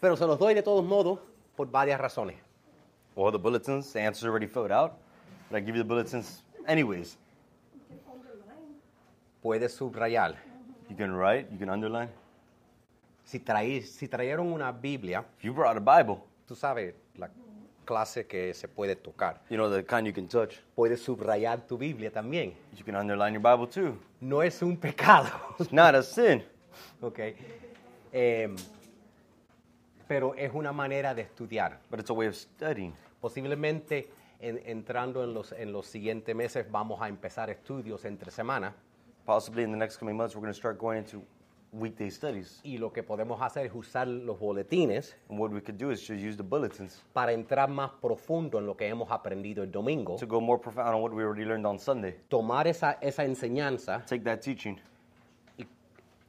Pero se los doy de todos modos por varias razones. Or the bulletins, the answers already filled out. But I give you the bulletins anyways. Puedes subrayar. You can write, you can underline. Si, traí- si trajeron una Biblia, If you brought a Bible, tú sabes la clase que se puede tocar. you know, the kind you can touch, Puedes subrayar tu Biblia también. you can underline your Bible too. No es un pecado. It's not a sin. ok. Em, pero es una manera de estudiar. But it's a way of studying. Posiblemente en- entrando en los, en los siguientes meses vamos a empezar estudios entre semanas Possibly in the next coming months, we're going to start going into weekday studies. y lo que podemos hacer es usar los boletines And what we could do is just use the bulletins para entrar más profundo en lo que hemos aprendido el domingo, to go more profound on what we already learned on Sunday. tomar esa, esa enseñanza Take that teaching y,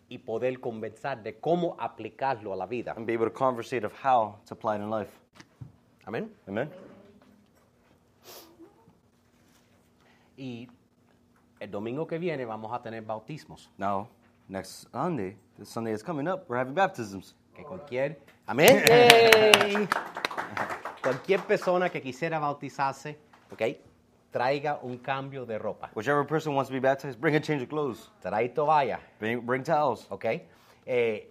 y poder conversar de cómo aplicarlo a la vida. and be able to conversate of how to apply it in life. Amén. Amen? Y el domingo que viene vamos a tener bautismos. Now, next Sunday, this Sunday is coming up, we're having baptisms. Que cualquier. Amén. Yay. cualquier persona que quisiera bautizarse, ¿ok? Traiga un cambio de ropa. Whichever person wants to be baptized, bring a change of clothes, Trae toalla, bring, bring towels. ¿ok? Eh,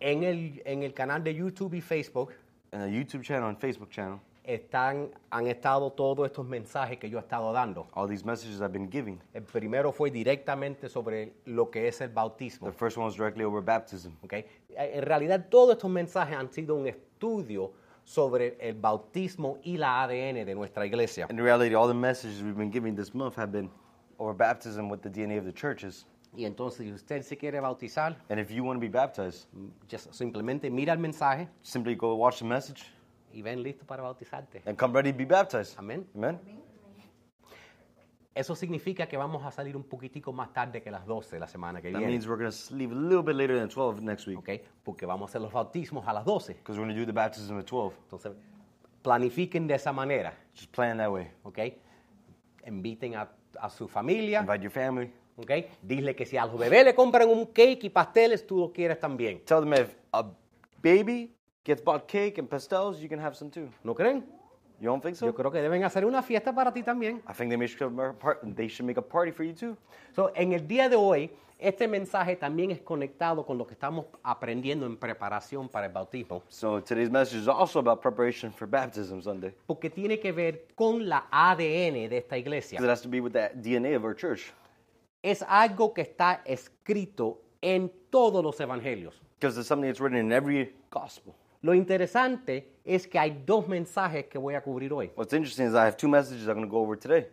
en, el, en el canal de YouTube y Facebook And a YouTube channel and Facebook channel, están, han estado todos estos mensajes que yo he estado dando. all these messages I've been giving. El primero fue directamente sobre lo que es el bautismo. The first one was directly over baptism. ¿ok? Eh, En realidad todos estos mensajes han sido un estudio sobre el bautismo y la ADN de nuestra iglesia. In reality, all the messages we've been giving this month have been over baptism with the DNA of the churches. Y entonces si usted se quiere bautizar, And if you want to be baptized, just- simplemente mira el mensaje simply go watch the message y ven listo para bautizarte. and come ready to be baptized. Amén. Amen? Eso significa que vamos a salir un poquitico más tarde que las 12 la semana que That viene. means we're going to leave a little bit later than 12 next week ¿ok? Porque vamos a hacer los bautismos a las 12. because we're going to do the baptism at 12. Entonces, planifiquen de esa manera. Just plan that way. ¿ok? Inviten a, a su familia, Invite your family. ¿ok? Dile que si a los bebés le compran un cake y pasteles, tú lo quieres también. Tell them if a baby gets bought cake and pastels, you can have some too. ¿No creen? You don't think so? Yo creo que deben hacer una fiesta para ti también. I think they make sure par- they should make a party for you too. So, en el día de hoy, este mensaje también es conectado con lo que estamos aprendiendo en preparación para el bautismo, So today's message is also about preparation for baptism Sunday. porque tiene que ver con la ADN de esta iglesia. It has to be with that DNA of our church Es algo que está escrito en todos los evangelios. because it's something that's written in every gospel. Lo interesante es que hay dos mensajes que voy a cubrir hoy. What's interesting is I have two messages I'm going to go over today.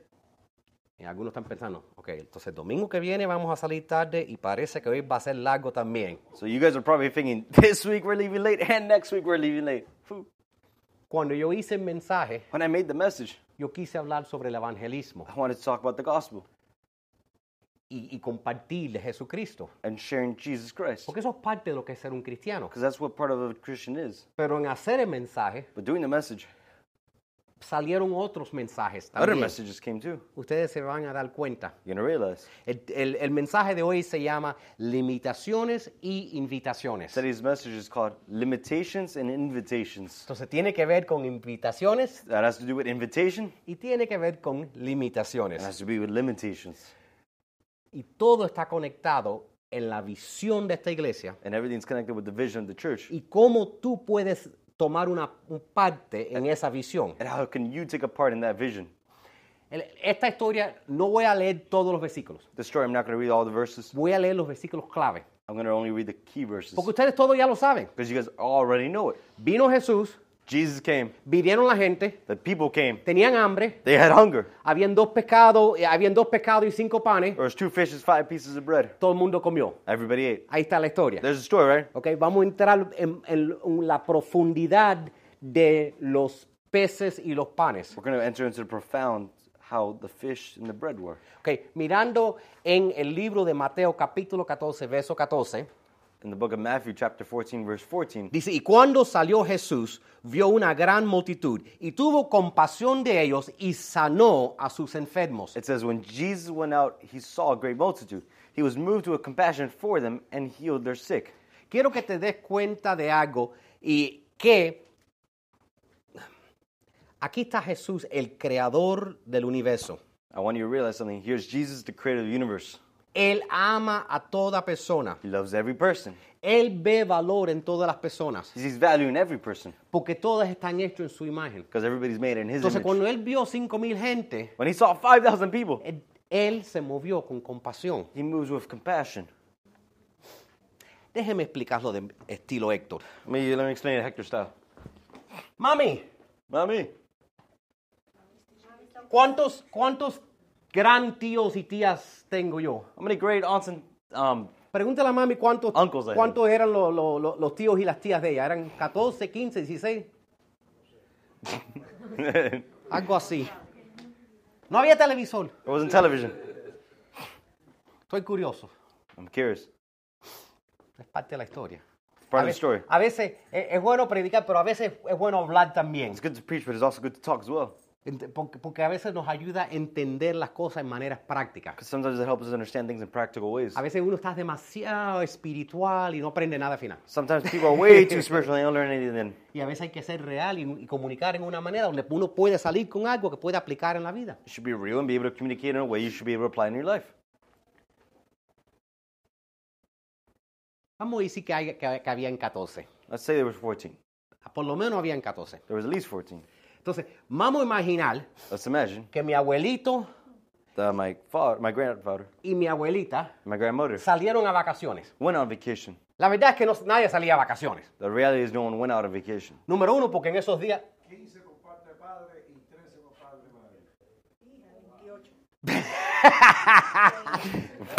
Y algunos están pensando, ok, entonces domingo que viene vamos a salir tarde y parece que hoy va a ser largo también. So you guys are probably thinking this week we're leaving late and next week we're leaving late. Phew. Cuando yo hice el mensaje, When I made the message, yo quise hablar sobre el evangelismo I wanted to talk about the gospel y, y compartir de Jesucristo, and sharing Jesus Christ porque eso es parte de lo que es ser un cristiano. because that's what part of a Christian is. Pero en hacer el mensaje But doing the message, salieron otros mensajes other también. messages came too. Ustedes se van a dar cuenta. You're going to realize El, el- el mensaje de hoy se llama limitaciones y invitaciones. today's message is called Limitations and Invitations. Entonces tiene que ver con invitaciones That has to do with invitation y tiene que ver con It limitaciones. has to be with limitations. y todo está conectado en la visión de esta iglesia And everything's connected with the vision of the church. y cómo tú puedes tomar una un parte en esa visión. And how can you take a part in that vision? El- Esta historia, no voy a leer todos los versículos, The story, I'm not going to read all the verses. voy a leer los versículos clave, I'm going to only read the key verses. porque ustedes todos ya lo saben. Because you guys already know it. Vino Jesús, Jesus came. vinieron la gente, The people came. tenían hambre, They had hunger. habían dos pescados, eh, habían dos pescados y cinco panes, There was two fishes, five pieces of bread. todo el mundo comió. Everybody ate. Ahí está la historia. There's a story, right? Ok, vamos a entrar en- en- en la profundidad de los peces y los panes. We're going to enter into the profound how the fish and the bread were. Ok, mirando en el libro de Mateo capítulo 14, verso 14, In the book of Matthew, chapter 14, verse 14, dice, y cuando salió Jesús, vio una gran multitud y tuvo compasión de ellos y sanó a sus enfermos. it says, When Jesus went out, he saw a great multitude. He was moved to a compassion for them and healed their sick. Quiero que te des cuenta de algo Y que aquí está Jesús, el creador del universo. I want you to realize something. Here's Jesus, the creator of the universe. Él ama a toda persona. He loves every person. Él ve valor en todas las personas, He sees value in every person porque todas están hechas en su imagen. because everybody's made in his Entonces, image. cuando él vio 5.000 gente, When he saw 5,000 people, él- él se movió con compasión. he moves with compassion. Déjeme explicarlo de estilo Héctor. Let me, let me explain it Hector style. Mami, Mommy, ¿cuántos, cuántos gran tíos y tías tengo yo? how many great aunts and um, Pregúntale a mami cuántos, Uncles, I think. cuántos eran lo- lo- lo- los tíos y las tías de ella. ¿Eran 14, 15, 16? it Algo así. No había televisor. wasn't television. Estoy curioso. I'm curious. Es parte de la historia. It's a, part of ve- the story. a veces es, es bueno predicar, pero a veces es bueno hablar también. It's good to preach, but it's also good to talk as well. Ent- Porque, porque a veces nos ayuda a entender las cosas en maneras prácticas. Because sometimes it helps us understand things in practical ways. A veces uno está demasiado espiritual y no aprende nada al final. Sometimes people are way too spiritual and they don't learn anything then. Y a veces hay que ser real y, y comunicar en una manera donde uno puede salir con algo que puede aplicar en la vida. You should be real and be able to communicate in a way you should be able to apply in your life. Vamos a decir que, hay, que, que habían 14. Let's say there was 14. Por lo menos habían 14. There was at least 14. Entonces, vamos a imaginar Let's imagine que mi abuelito that my father, my grandfather, y mi abuelita my grandmother salieron a vacaciones. went on vacation. La verdad es que no- nadie salía a vacaciones. The reality is no one went out on vacation. Número uno, porque en esos días 15 por parte de padre y 13 por parte de madre.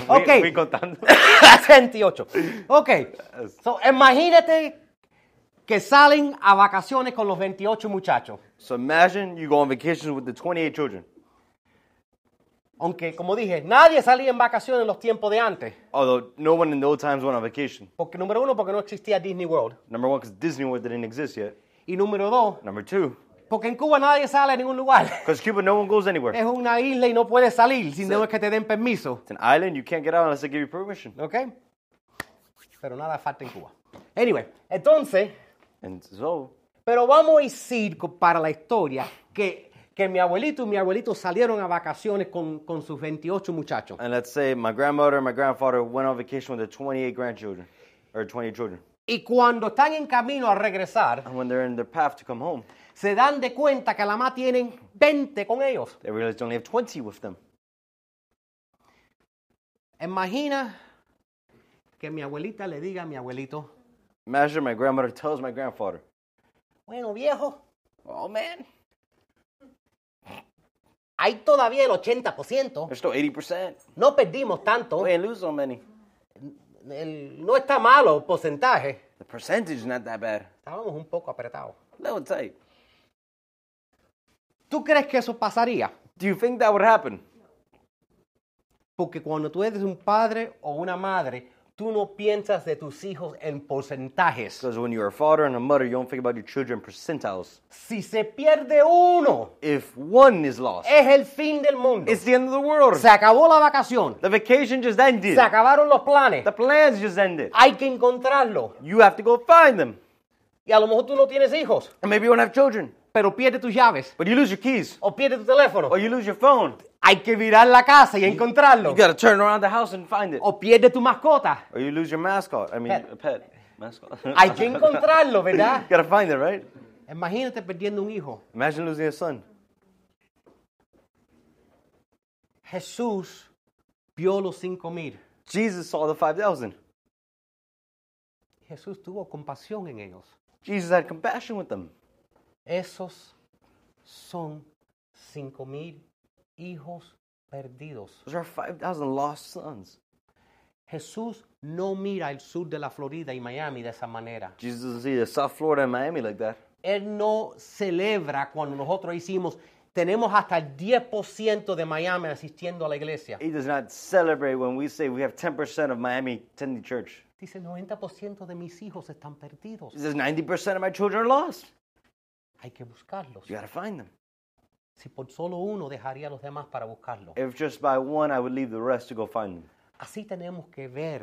Ok. Fui- fui contando. 78. Ok. So, imagínate que salen a vacaciones con los 28 muchachos. So imagine you go on vacation with the 28 children. Aunque, como dije, nadie salía en vacaciones en los tiempos de antes. Although no one in the old times went on vacation. Porque, número uno, porque no existía Disney World. Number one, because Disney World didn't exist yet. Y número dos, Number two, porque en Cuba nadie sale a ningún lugar. because Cuba, no one goes anywhere. Es una isla y no puedes salir si no es que te den permiso. It's an island. You can't get out unless they give you permission. ¿Ok? Pero nada falta en Cuba. Anyway, entonces, And so, pero vamos a decir co- para la historia que, que mi abuelito y mi abuelito salieron a vacaciones con, con sus 28 muchachos. and let's say my grandmother and my grandfather went on vacation with their 28 grandchildren, or 28 children. Y cuando están en camino a regresar, And when they're in their path to come home, se dan de cuenta que la mamá tienen 20 con ellos. they realize they only have 20 with them. Imagina que mi abuelita le diga a mi abuelito, Imagine my grandmother tells my grandfather, bueno viejo, "Oh man, hay todavía el 80%, there's still 80 percent. no perdimos tanto, We ain't lose so many. el- no está malo el porcentaje. The percentage is not that bad. Estábamos un poco apretados. A Little tight." ¿Tú crees que eso pasaría? Do you think that would happen? Porque cuando tú eres un padre o una madre, tú no piensas de tus hijos en porcentajes. Because when you're a father and a mother, you don't think about your children percentiles. Si se pierde uno, If one is lost, es el fin del mundo. it's the end of the world. Se acabó la vacación. The vacation just ended. Se acabaron los planes. The plans just ended. Hay que encontrarlo. You have to go find them. Y a lo mejor tú no tienes hijos, And maybe you don't have children, pero pierdes tus llaves but you lose your keys o pierdes tu teléfono. or you lose your phone. Hay que virar la casa y encontrarlo. You gotta turn around the house and find it. O pierdes tu mascota. Or you lose your mascot. I mean, Pet. a pet. Mascot. Hay que encontrarlo, ¿verdad? You gotta find it, right? Imagínate perdiendo un hijo. Imagine losing a son. Jesús vio los cinco mil. Jesus saw the 5,000. Jesús tuvo compasión en ellos. Jesus had compassion with them. Esos son cinco mil hijos perdidos. Those are 5,000 lost sons. Jesús no mira el sur de la Florida y Miami de esa manera. Jesus doesn't see the South Florida and Miami like that. Él no celebra cuando nosotros hicimos, tenemos hasta el 10% de Miami asistiendo a la iglesia. He does not celebrate when we say we have 10% of Miami attending church. Dice, 90% de mis hijos están perdidos. He says 90% of my children are lost. Hay que buscarlos. You gotta find them. Si por solo uno dejaría a los demás para buscarlo. If just by one, I would leave the rest to go find them. Así tenemos que ver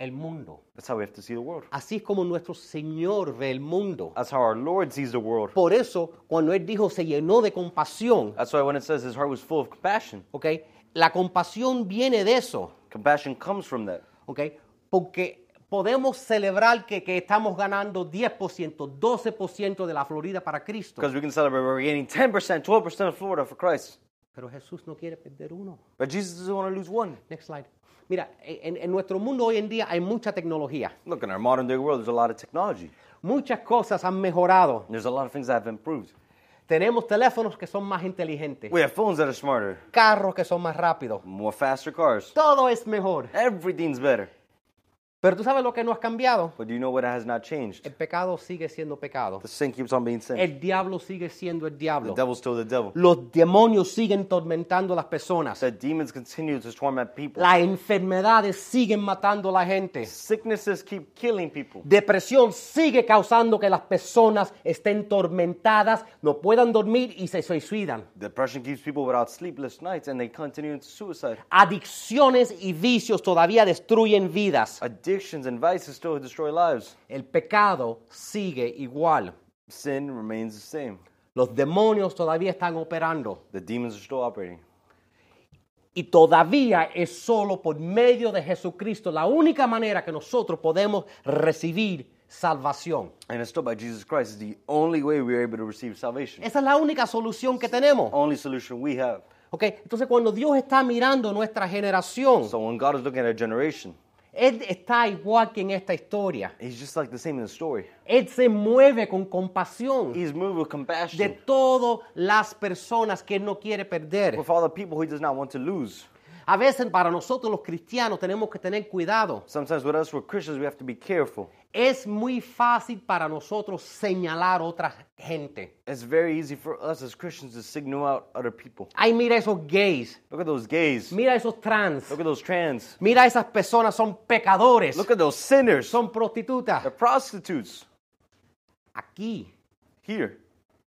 el mundo. That's how we have to see the world. Así es como nuestro Señor ve el mundo. That's how our Lord sees the world. Por eso, cuando Él dijo se llenó de compasión, That's why when it says his heart was full of compassion, ¿ok? La compasión viene de eso, compassion comes from that. ¿ok? Porque podemos celebrar que, que estamos ganando 10%, 12% de la Florida para Cristo. Because we can celebrate we're gaining 10%, 12% of Florida for Christ. Pero Jesús no quiere perder uno. But Jesus doesn't want to lose one. Next slide. Mira, en, en nuestro mundo hoy en día hay mucha tecnología. Look, in our modern day world, there's a lot of technology. Muchas cosas han mejorado. There's a lot of things that have improved. Tenemos teléfonos que son más inteligentes, We have phones that are smarter, carros que son más rápidos. more faster cars. Todo es mejor. Everything's better. Pero tú sabes lo que no has cambiado. But do you know what has not changed? El pecado sigue siendo pecado. The sin keeps on being sin. El diablo sigue siendo el The diablo. devil's still the devil. Los demonios siguen tormentando a las personas. That demons continue to torment people. Las enfermedades siguen matando a la gente. Sicknesses keep killing people. Depresión sigue causando que las personas estén tormentadas, no puedan dormir y se suicidan. Depression keeps people without sleepless nights and they continue into suicide. Adicciones y vicios todavía destruyen vidas. Addictions and vices still destroy lives. El pecado sigue igual. Sin remains the same. Los demonios todavía están operando. The demons are still operating. Y todavía es solo por medio de Jesucristo la única manera que nosotros podemos recibir salvación. And it's still by Jesus Christ is the only way we are able to receive salvation. Esa es la única solución que tenemos. Only solution we have. ¿ok? Entonces cuando Dios está mirando nuestra generación, So when God is looking at a generation, Él está igual que en esta historia. He's just like the same in the story. Él se mueve con compasión He's moved with de compassion todas las personas que Él no quiere perder. with all the people he does not want to lose. A veces para nosotros los cristianos tenemos que tener cuidado. Sometimes with us, we're Christians, we have to be careful. Es muy fácil para nosotros señalar a otra gente. It's very easy for us as Christians to signal out other people. Ay, mira esos gays, Look at those gays. mira esos trans, Look at those trans. mira esas personas son pecadores, Look at those sinners. son prostitutas. They're prostitutes. Aquí Here,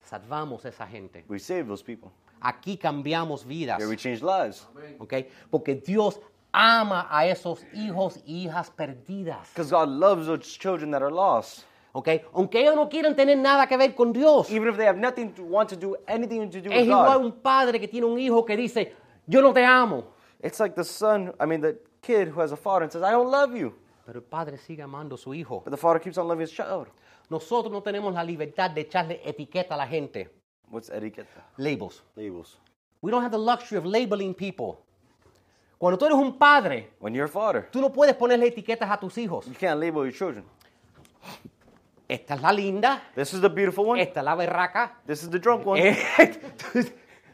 salvamos a esa gente. we save those people. Aquí cambiamos vidas. Here, we change lives. ¿ok? Porque Dios ama a esos hijos e hijas perdidas. Because God loves those children that are lost. ¿ok? Aunque ellos no quieran tener nada que ver con Dios. Even if they have nothing to want to do, anything to do Es with igual God. un padre que tiene un hijo que dice, yo no te amo. It's like the son, I mean, the kid who has a father and says, I don't love you. Pero el padre sigue amando a su hijo. But the father keeps on loving his child. Nosotros no tenemos la libertad de echarle etiqueta a la gente. What's etiquette? Labels. Labels. We don't have the luxury of labeling people. Cuando tú eres un padre, When you're a father, tú no puedes ponerle etiquetas a tus hijos. you can't label your children. Esta es la linda, This is the beautiful one. esta es la berraca. This is the drunk one. tú,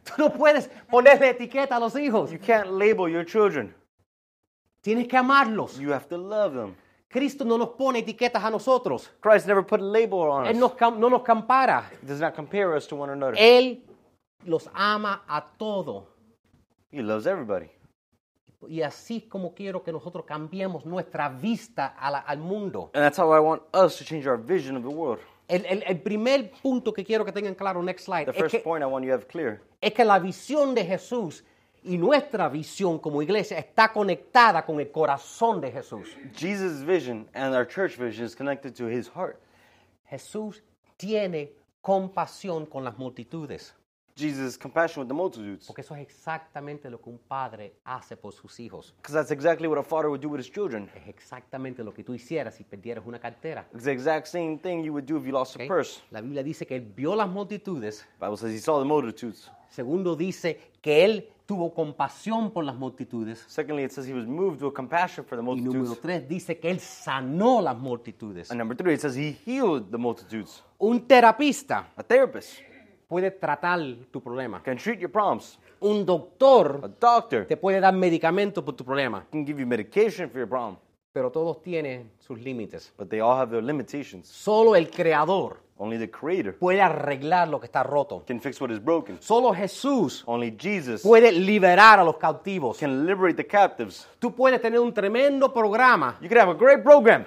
tú no puedes ponerle etiqueta a los hijos. You can't label your children. Tienes que amarlos. You have to love them. Cristo no nos pone etiquetas a nosotros. Christ never put a label on us. Él nos cam- no nos compara. He does not compare us to one another. Él los ama a todos. He loves everybody. Y así es como quiero que nosotros cambiemos nuestra vista a la- al mundo. And that's how I want us to change our vision of the world. El, el- el primer punto que quiero que tengan claro, next slide, The es first que, point I want you to have clear es que la visión de Jesús y nuestra visión como iglesia está conectada con el corazón de Jesús. Jesus' vision and our church vision is connected to his heart. Jesús tiene compasión con las multitudes, Jesus' compassion with the multitudes. porque eso es exactamente lo que un padre hace por sus hijos. Because that's exactly what a father would do with his children. Es exactamente lo que tú hicieras si perdieras una cartera. It's the exact same thing you would do if you lost ¿ok? a purse. La Biblia dice que él vio las multitudes. Bible says he saw the multitudes. Segundo dice que él tuvo compasión por las multitudes. Secondly, it says he was moved with compassion for the Y número multitudes. tres dice que él sanó las multitudes. And number three, it says he healed the multitudes. Un terapista A therapist puede tratar tu problema. can treat your problems. Un A doctor doctor te puede dar medicamentos por tu problema. can give you medication for your problem. Pero todos tienen sus límites. But they all have their limitations. Solo el creador Only the creator puede arreglar lo que está roto. can fix what is broken. Solo Jesús Only Jesus puede liberar a los cautivos. can liberate the captives. Tú puedes tener un tremendo programa, You can have a great program,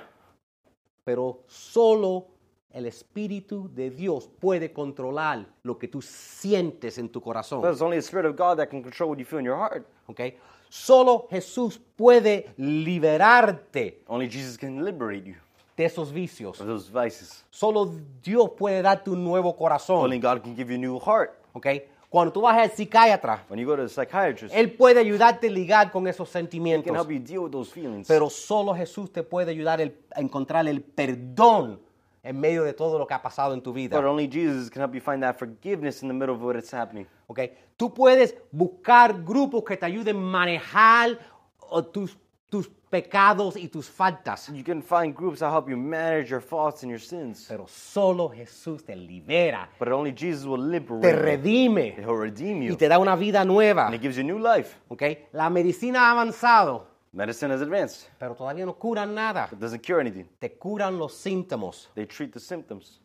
pero solo el Espíritu de Dios puede controlar lo que tú sientes en tu but corazón. it's only the Spirit of God that can control what you feel in your heart. ¿ok? Solo Jesús puede liberarte Only Jesus can liberate you de esos vicios. of those vices. Solo Dios puede darte un nuevo Only corazón. God can give you a new heart. ¿ok? Cuando tú vas al psiquiatra, When you go to a psychiatrist, Él puede ayudarte a ligar con esos he can help sentimientos. you deal with those feelings. Pero solo Jesús te puede ayudar el- a encontrar el perdón en medio de todo lo que ha pasado en tu vida. But only Jesus can help you find that forgiveness in the middle of what is happening. ¿ok? Tú puedes buscar grupos que te ayuden a manejar o, tus, tus pecados y tus faltas. You can find groups that help you manage your faults and your sins. Pero solo Jesús te libera, But only Jesus will liberate te you. redime He'll redeem y you. te da una vida nueva. And he gives you new life. ¿ok? La medicina ha avanzado, Medicine has advanced. pero todavía no curan nada. It doesn't cure anything. Te curan los síntomas. They treat the symptoms.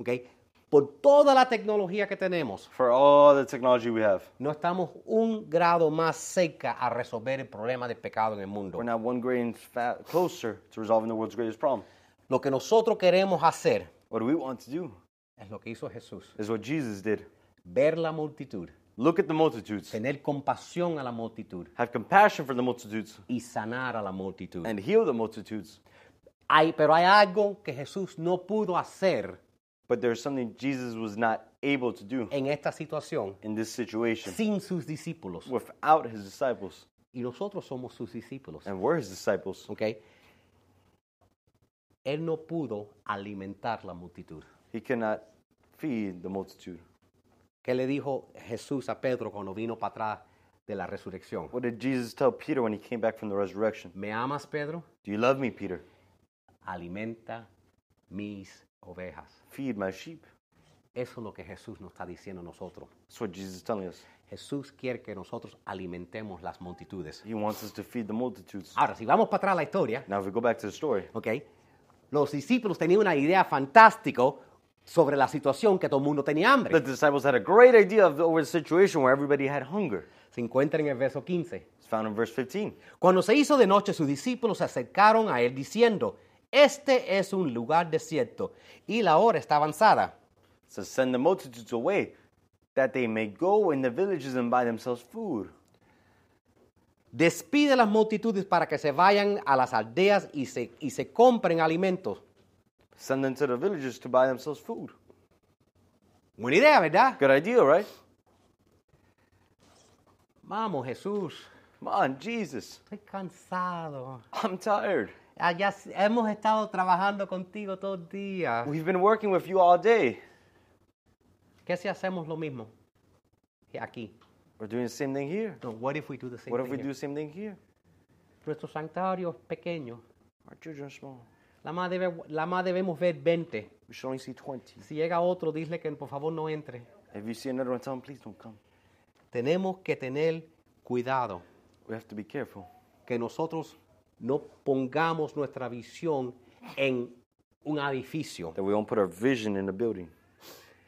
¿ok? Por toda la tecnología que tenemos, For all the technology we have, no estamos un grado más cerca a resolver el problema del pecado en el mundo. we're not one grain fa- closer to resolving the world's greatest problem. Lo que nosotros queremos hacer What do we want to do es lo que hizo Jesús. is what Jesus did. Ver la multitud, Look at the multitudes. tener compasión a la multitud Have compassion for the multitudes y sanar a la multitud. and heal the multitudes. Hay- pero hay algo que Jesús no pudo hacer But there's something Jesus was not able to do en esta situación in this situation sin sus discípulos. without his disciples. Y nosotros somos sus discípulos. And we're his disciples. ¿ok? Él no pudo alimentar la multitud. He cannot feed the multitude. ¿Qué le dijo Jesús a Pedro cuando vino para atrás de la resurrección? What did Jesus tell Peter when he came back from the resurrection? ¿Me amas, Pedro? Do you love me, Peter? Alimenta mis ovejas. Feed my sheep. Eso es lo que Jesús nos está diciendo a nosotros. That's what Jesus is telling us. Jesús quiere que nosotros alimentemos las multitudes. He wants us to feed the multitudes. Ahora, si vamos para atrás a la historia, Now, if we go back to the story, ¿ok? Los discípulos tenían una idea fantástica sobre la situación que todo el mundo tenía the hambre. disciples had a great idea of over the situation where everybody had hunger. Se encuentra en el verso 15. It's found in verse 15. Cuando se hizo de noche, sus discípulos se acercaron a él diciendo, este es un lugar desierto y la hora está avanzada. It says, Send the multitudes away, that they may go in the villages and buy themselves food. Despide las multitudes para que se vayan a las aldeas y se, y se compren alimentos. Send them to the villages to buy themselves food. Buena idea, ¿verdad? Good idea, right? Vamos, Jesús. Come on, Jesus. Estoy cansado. I'm tired. Allá s- hemos estado trabajando contigo todo el día. We've been working with you all day. ¿Qué si hacemos lo mismo? Aquí. We're doing the same thing here. No, what if we do the same What if thing we do here? the same thing here? Nuestro santuario es pequeño. Our children are small. La más, debe- la más debemos ver 20. We should only see 20. Si llega otro, dile que por favor no entre. If you see another one, tell them, please don't come. Tenemos que tener cuidado We have to be careful. que nosotros no pongamos nuestra visión en un edificio. That we don't put our vision in the building.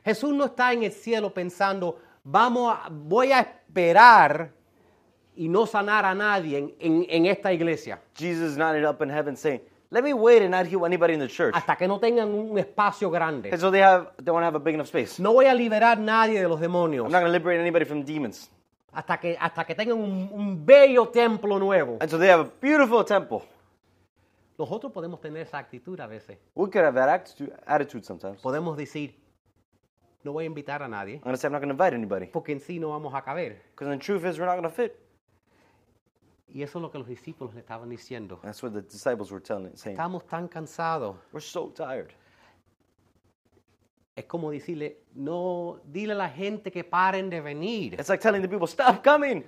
Jesús no está en el cielo pensando, vamos a- voy a esperar y no sanar a nadie en, en- en esta iglesia Jesus is not up in heaven saying, let me wait and not heal anybody in the church. hasta que no tengan un espacio And grande. so they have they want to have a big enough space. No voy a liberar a nadie de los demonios I'm not going to liberate anybody from demons. hasta que, hasta que tengan un, un bello templo nuevo. And so they have a beautiful temple. Nosotros podemos tener esa actitud a veces. We could have that attitude, attitude sometimes. podemos decir, no voy a invitar a nadie, I'm going to say I'm not going to invite anybody. porque en sí no vamos a caber. Because the truth is we're not going to fit. Y eso es lo que los discípulos le estaban diciendo. That's what the disciples were telling saying. Estamos tan cansados. We're so tired. Es como decirle, no, dile a la gente que paren de venir. It's like telling the people, stop coming.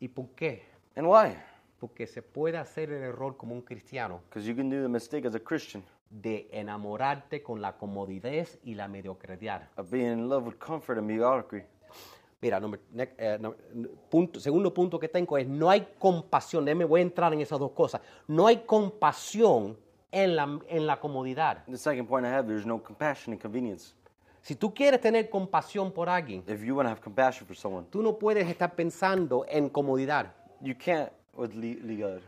¿Y por qué? And why? Porque se puede hacer el error como un cristiano Because you can do the mistake as a Christian de enamorarte con la comodidad y la mediocridad. of being in love with comfort and mediocrity. Mira, número- ne- eh, no- n- punto- segundo punto que tengo es no hay compasión. Déjame, voy a entrar en esas dos cosas. No hay compasión en la, en la comodidad. The second point I have, there's no compassion and convenience. Si tú quieres tener compasión por alguien, If you want to have compassion for someone, tú no puedes estar pensando en comodidad. you can't with li- ligad,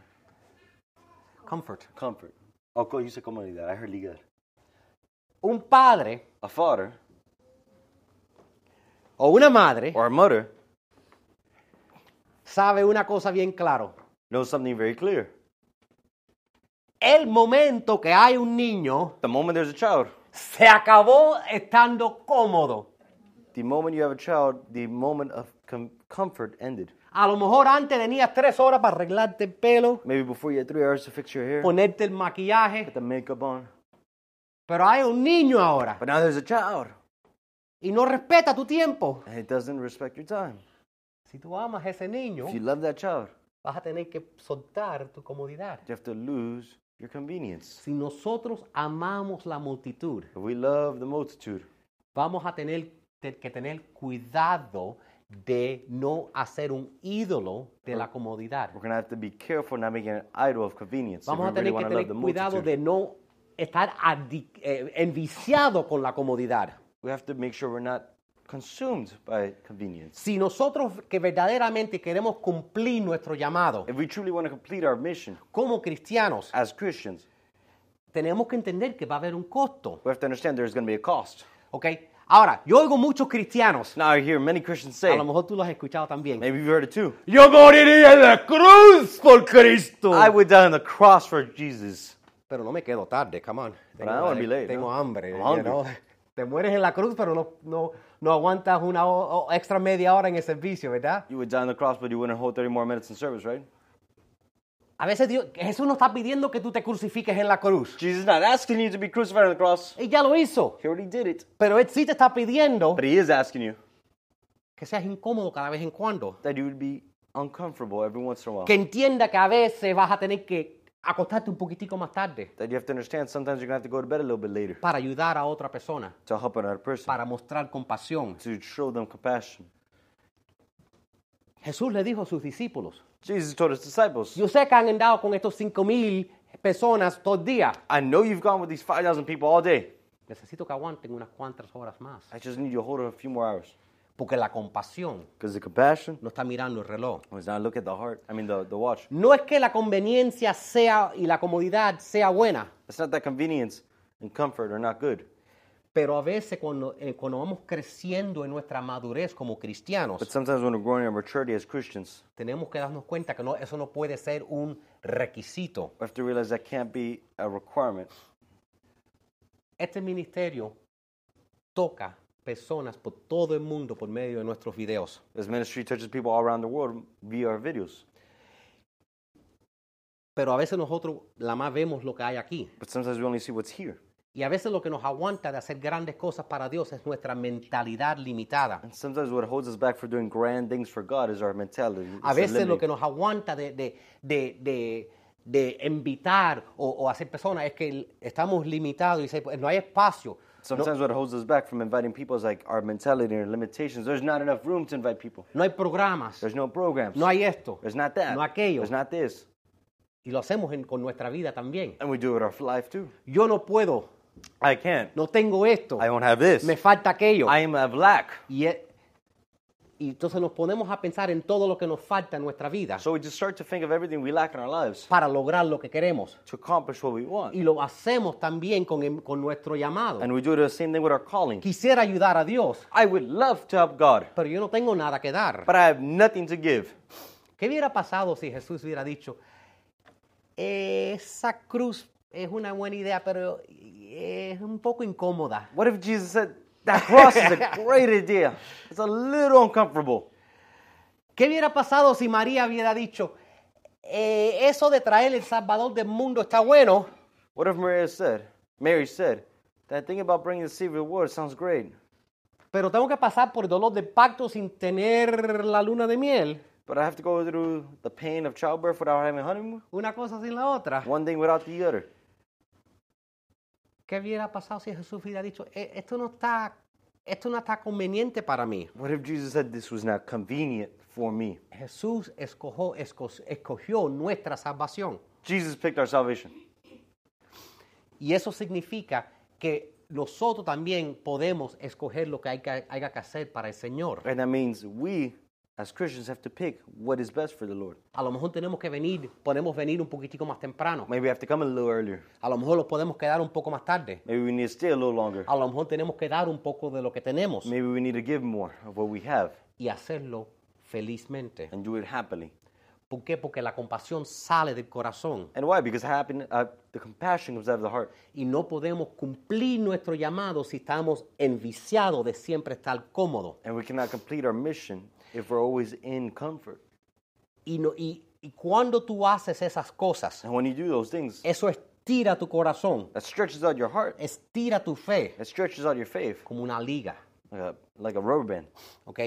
Comfort. comfort. Oh, co- you said comodidad. I heard ligad. Un padre A father o una madre or a mother sabe una cosa bien claro. knows something very clear. El momento que hay un niño, The moment there's a child, se acabó estando cómodo. the moment you have a child, the moment of com- comfort ended. A lo mejor antes tenías tres horas para arreglarte el pelo, Maybe before you had three hours to fix your hair, put ponerte el maquillaje, the makeup on. pero hay un niño ahora But now there's a child, y no respeta tu tiempo. and it doesn't respect your time. Si tú amas a ese niño, If you love that child, vas a tener que soltar tu comodidad. you have to lose your convenience. Si nosotros amamos la multitud, If we love the multitude, vamos a tener te- que tener cuidado de no hacer un ídolo de la comodidad. we're gonna have to be careful not making an idol of convenience. Vamos if a we really tener que want to love tener the cuidado multitude, de no estar adi- eh, enviciado con la comodidad. we have to make sure we're not consumed by convenience. Si nosotros que verdaderamente queremos cumplir nuestro llamado If we truly want to complete our mission como cristianos, as Christians, tenemos que entender que va a haber un costo. we have to understand there's gonna be a cost. ¿ok? Ahora, yo oigo muchos cristianos, Now I hear many Christians a say, lo mejor tú los has escuchado también. maybe you've heard it too. Yo moriría en la cruz por Cristo. I went down on the cross for Jesus. Pero no me quedo tarde, come on. Tengo, I don't wanna be late, tengo no. hambre. I'm you hungry. know. Te mueres en la cruz, pero no, no, no aguantas una ho- o- extra media hora en el servicio, ¿verdad? You went down on the cross, but you wouldn't hold 30 more minutes in service, right? A veces Dios, Jesús no está pidiendo que tú te crucifiques en la cruz. Jesus is not asking you to be crucified on the cross. Él ya lo hizo. He already did it. Pero Él sí te está pidiendo But he is asking you que seas incómodo cada vez en cuando. that you would be uncomfortable every once in a while. Que entienda que a veces vas a tener que acostarte un poquitico más tarde That you have to understand sometimes you're gonna have to go to bed a little bit later para ayudar a otra persona, to help another person, para mostrar compasión. to show them compassion. Jesús le dijo a sus discípulos, Jesus told his disciples, yo sé que han andado con estos cinco mil personas todo el día. I know you've gone with these 5,000 people all day. Necesito que aguanten unas cuantas horas más. I just need you to hold it a few more hours. Porque la compasión Because the compassion no está mirando el reloj. was not look at the heart, I mean the, the watch. No es que la conveniencia sea y la comodidad sea buena, It's not that convenience and comfort are not good. pero a veces cuando, eh, cuando vamos creciendo en nuestra madurez como cristianos, But sometimes when we're growing in maturity as Christians, tenemos que darnos cuenta que no, eso no puede ser un requisito. we have to realize that can't be a requirement. Este ministerio toca personas por todo el mundo por medio de nuestros videos. This ministry touches people all around the world via our videos. Pero a veces nosotros la más vemos lo que hay aquí. But sometimes we only see what's here. Y a veces lo que nos aguanta de hacer grandes cosas para Dios es nuestra mentalidad limitada. And sometimes what holds us back for doing grand things for God is our mentality. It's A the veces lo limiting. que nos aguanta de, de, de, de- de invitar o, o hacer personas es que el- estamos limitados y dice, "Pues, no hay espacio. Sometimes what holds us back from inviting people is like our mentality and our limitations. There's not enough room to invite people. No hay programas, There's no programs. no hay esto, There's not that. no aquello. There's not this. Y lo hacemos en- con nuestra vida también. And we do it our life too. Yo no puedo, I can't. no tengo esto, I don't have this. me falta aquello. I am of lack. Y, e- y entonces nos ponemos a pensar en todo lo que nos falta en nuestra vida So we just start to think of everything we lack in our lives para lograr lo que queremos. to accomplish what we want. Y lo hacemos también con, el- con nuestro llamado. And we do the same thing with our calling. Quisiera ayudar a Dios, I would love to help God, pero yo no tengo nada que dar. but I have nothing to give. ¿Qué hubiera pasado si Jesús hubiera dicho, esa cruz es una buena idea, pero es un poco incómoda? What if Jesus said, That cross is a great idea? It's a little uncomfortable. ¿Qué hubiera pasado si María hubiera dicho, "Eh, eso de traer el Salvador del mundo está bueno, What if Maria said, Mary said, That thing about bringing the Savior to the world sounds great, pero tengo que pasar por el dolor de pacto sin tener la luna de miel? but I have to go through the pain of childbirth without having a honeymoon? Una cosa sin la otra. One thing without the other. ¿Qué hubiera pasado si Jesús hubiera dicho, "Eh, esto no está, esto no está conveniente para mí? What if Jesus said, This was not convenient for me? Jesús escogió, esco- escogió nuestra salvación. Jesus picked our salvation. Y eso significa que nosotros también podemos escoger lo que hay que, haya que hacer para el Señor. And that means we, as Christians, have to pick what is best for the Lord. A lo mejor tenemos que venir, podemos venir un poquitico más temprano. Maybe we have to come a little earlier. A lo mejor los podemos quedar un poco más tarde. Maybe we need to stay a little longer. A lo mejor tenemos que dar un poco de lo que tenemos Maybe we need to give more of what we have y hacerlo felizmente. and do it happily. ¿Por qué? Porque la compasión sale del corazón And why? Because happen, uh, the compassion comes out of the heart. y no podemos cumplir nuestro llamado si estamos enviciados de siempre estar cómodos. And we cannot complete our mission if we're always in comfort. Y, no- y- y cuando tú haces esas cosas, And when you do those things, eso estira tu corazón, that stretches out your heart, estira tu fe that stretches out your faith como una liga. like a, like a rubber band. ¿ok?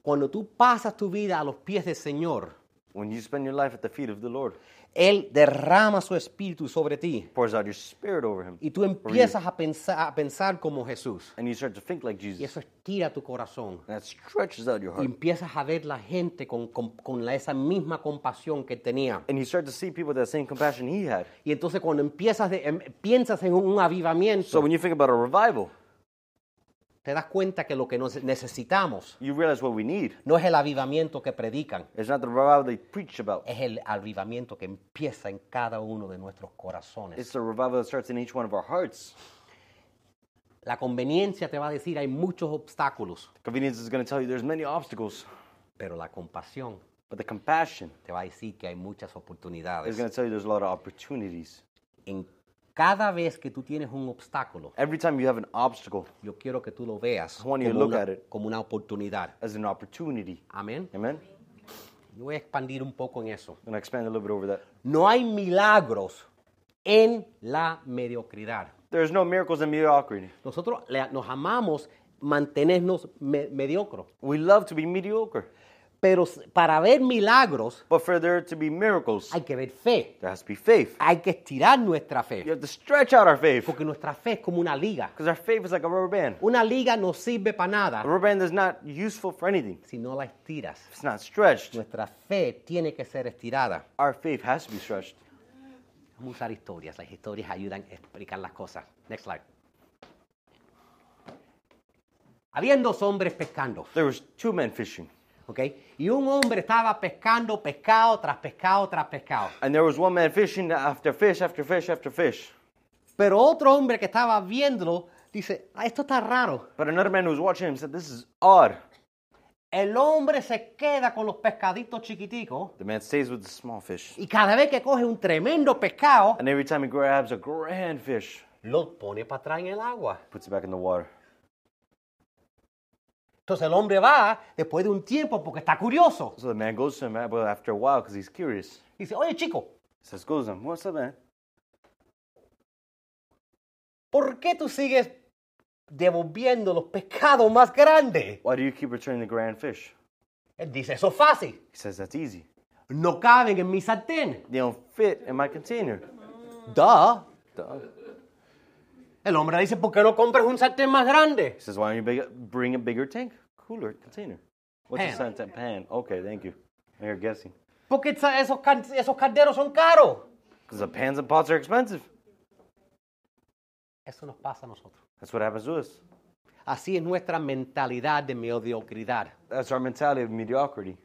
Cuando tú pasas tu vida a los pies del Señor, When you spend your life at the feet of the Lord, Él derrama su espíritu sobre ti pours out your spirit over him. y tú empiezas a pensar, a pensar como Jesús. And you start to think like Jesus. Y eso estira tu corazón. And that stretches out your Y heart. empiezas a ver la gente con, con- con la- esa misma compasión que tenía. And you start to see people with that same compassion he had. Y entonces cuando empiezas de- em- piensas en un avivamiento, So when you think about a revival, te das cuenta que lo que nos- necesitamos you realize what we need. no es el avivamiento que predican, It's not the revival they preach about. es el avivamiento que empieza en cada uno de nuestros corazones. It's the revival that starts in each one of our hearts. La conveniencia te va a decir hay muchos obstáculos, Convenience is going to tell you there's many obstacles, pero la compasión but the compassion te va a decir que hay muchas is oportunidades. going to tell you there's a lot of opportunities. En cada vez que tú tienes un obstáculo, Every time you have an obstacle yo quiero que tú lo veas I want you to como look una- at it. como una oportunidad. as an opportunity. Amén. Amen? Yo voy a expandir un poco en eso. I'm going to expand a little bit over that. No hay milagros en la mediocridad. There's no miracles in mediocrity. Nosotros le- nos amamos mantenernos me- mediocros, We love to be mediocre, pero s- para ver milagros but for there to be miracles, hay que ver fe. there has to be faith. Hay que estirar nuestra You fe, have to stretch out our faith porque nuestra fe es como una liga. because our faith is like a rubber band. Una liga no sirve para A nada rubber band is not useful for anything. si no la estiras. If It's not stretched. Nuestra fe tiene que ser estirada. Our faith has to be stretched. Vamos a usar historias. Las historias ayudan a explicar las cosas. Next slide. Habían dos hombres pescando, There was two men fishing, ¿ok? Y un hombre estaba pescando pescado tras pescado tras pescado. and there was one man fishing after fish after fish after fish. Pero otro hombre que estaba viéndolo dice, "Ah, esto está raro. But another man who was watching him said, "This is odd." El hombre se queda con los pescaditos chiquiticos The man stays with the small fish, y cada vez que coge un tremendo pescado, and every time he grabs a grand fish, lo pone para atrás en el agua. puts it back in the water. Entonces el hombre va después de un tiempo porque está curioso. So the man goes to him uh, well, after a while because he's curious. Dice, oye chico, He says, "Goes to him, what's up, man? ¿por qué tú sigues devolviendo los pescados más grandes? Why do you keep returning the grand fish?" Él dice, eso es fácil. He says, "That's easy. No caben en mi sartén. They don't fit in my container." Duh. Duh. El hombre dice, ¿por qué no compras un sartén más grande? He says, "Why don't you big, bring a bigger tank, cooler, container?" What's Pan. the sign? Tan- Pan. Okay, thank you. Now You're guessing. Porque esa- esos, can- esos calderos son caros. Because the pans and pots are expensive. Eso nos pasa a nosotros. That's what happens to us. Así es nuestra mentalidad de mediocridad. That's our mentality of mediocrity.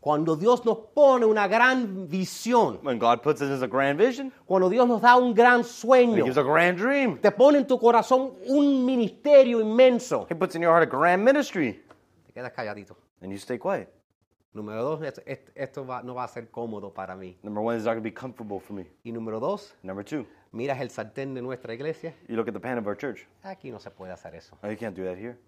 Cuando Dios nos pone una gran visión, When God puts it as a grand vision, cuando Dios nos da un gran He sueño, gives a grand dream. te pone en tu corazón un ministerio inmenso, He puts in your heart a grand ministry. te quedas calladito. And you stay quiet. Número dos, esto, esto- esto va- no va a ser cómodo para mí. Number one, it's not going to be comfortable for me. Y número dos, Number two, miras el sartén de nuestra iglesia. you look at the pan of our church. Aquí no se puede hacer eso. Oh, you can't do that here.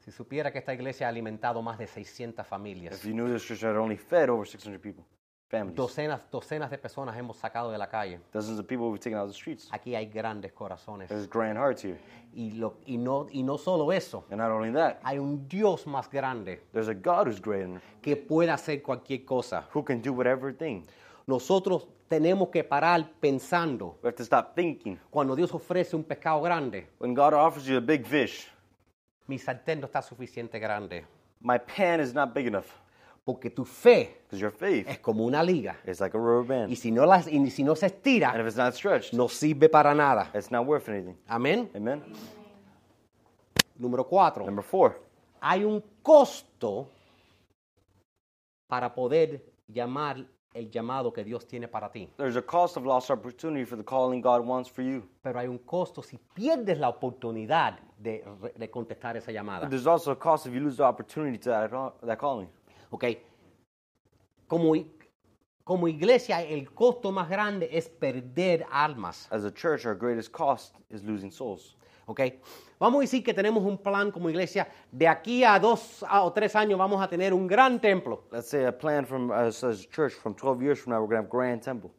Si supiera que esta iglesia ha alimentado más de 600 familias, If you knew this church had only fed over 600 people, families, docenas, docenas de personas hemos sacado de la calle. dozens of people we've taken out of the streets. Aquí hay grandes corazones. There's grand hearts here. Y, lo- y no, y no solo eso, And not only that, hay un Dios más grande there's a God who's great and que puede hacer cualquier cosa. who can do whatever thing. Nosotros tenemos que parar pensando We have to stop thinking. cuando Dios ofrece un pescado grande. When God offers you a big fish, Mi sartén no está suficiente grande. my pan is not big enough Porque tu fe because your faith es como una liga. is like a rubber band. Y si no, las- y si no se And estira, if it's not stretched, no sirve para nada. it's not worth anything. Amén. Amen? Número cuatro. Number four, Hay un costo para poder llamar el llamado que Dios tiene para ti. There's a cost of lost opportunity for the calling God wants for you. Pero hay un costo si pierdes la oportunidad de, re- de contestar esa llamada. But there's also a cost if you lose the opportunity to that, that calling. ¿Ok? Como, i- como iglesia, el costo más grande es perder almas. As a church, our greatest cost is losing souls. ¿Ok? Vamos a decir que tenemos un plan como iglesia. De aquí a dos a- o tres años vamos a tener un gran templo. Let's say a plan from us as a church from 12 years from now, we're going to have Grand Temple.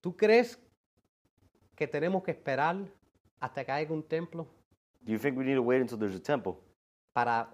¿Tú crees que tenemos que esperar hasta que haya un templo Do you think we need to wait until there's a temple para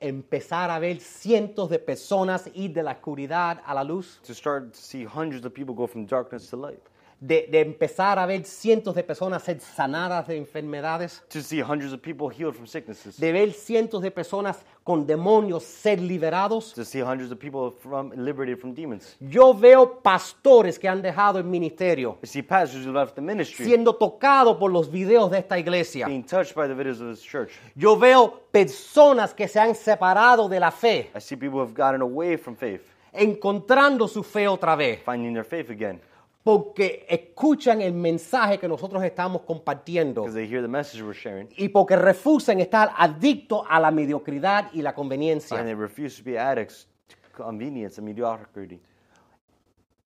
empezar a ver cientos de personas ir de la oscuridad a la luz? to start to see hundreds of people go from darkness to light? De, de empezar a ver cientos de personas ser sanadas de enfermedades? To see hundreds of people healed from sicknesses? ¿De ver cientos de personas con demonios ser liberados? To see hundreds of people from liberated from demons? Yo veo pastores que han dejado el ministerio To see pastors who left the ministry siendo tocados por los videos de esta iglesia. being touched by the videos of this church. Yo veo personas que se han separado de la fe, I see people who have gotten away from faith, encontrando su fe otra vez, finding their faith again porque escuchan el mensaje que nosotros estamos compartiendo because they hear the message we're sharing y porque refusan estar adictos a la mediocridad y la and conveniencia. they refuse to be addicts to convenience and mediocrity.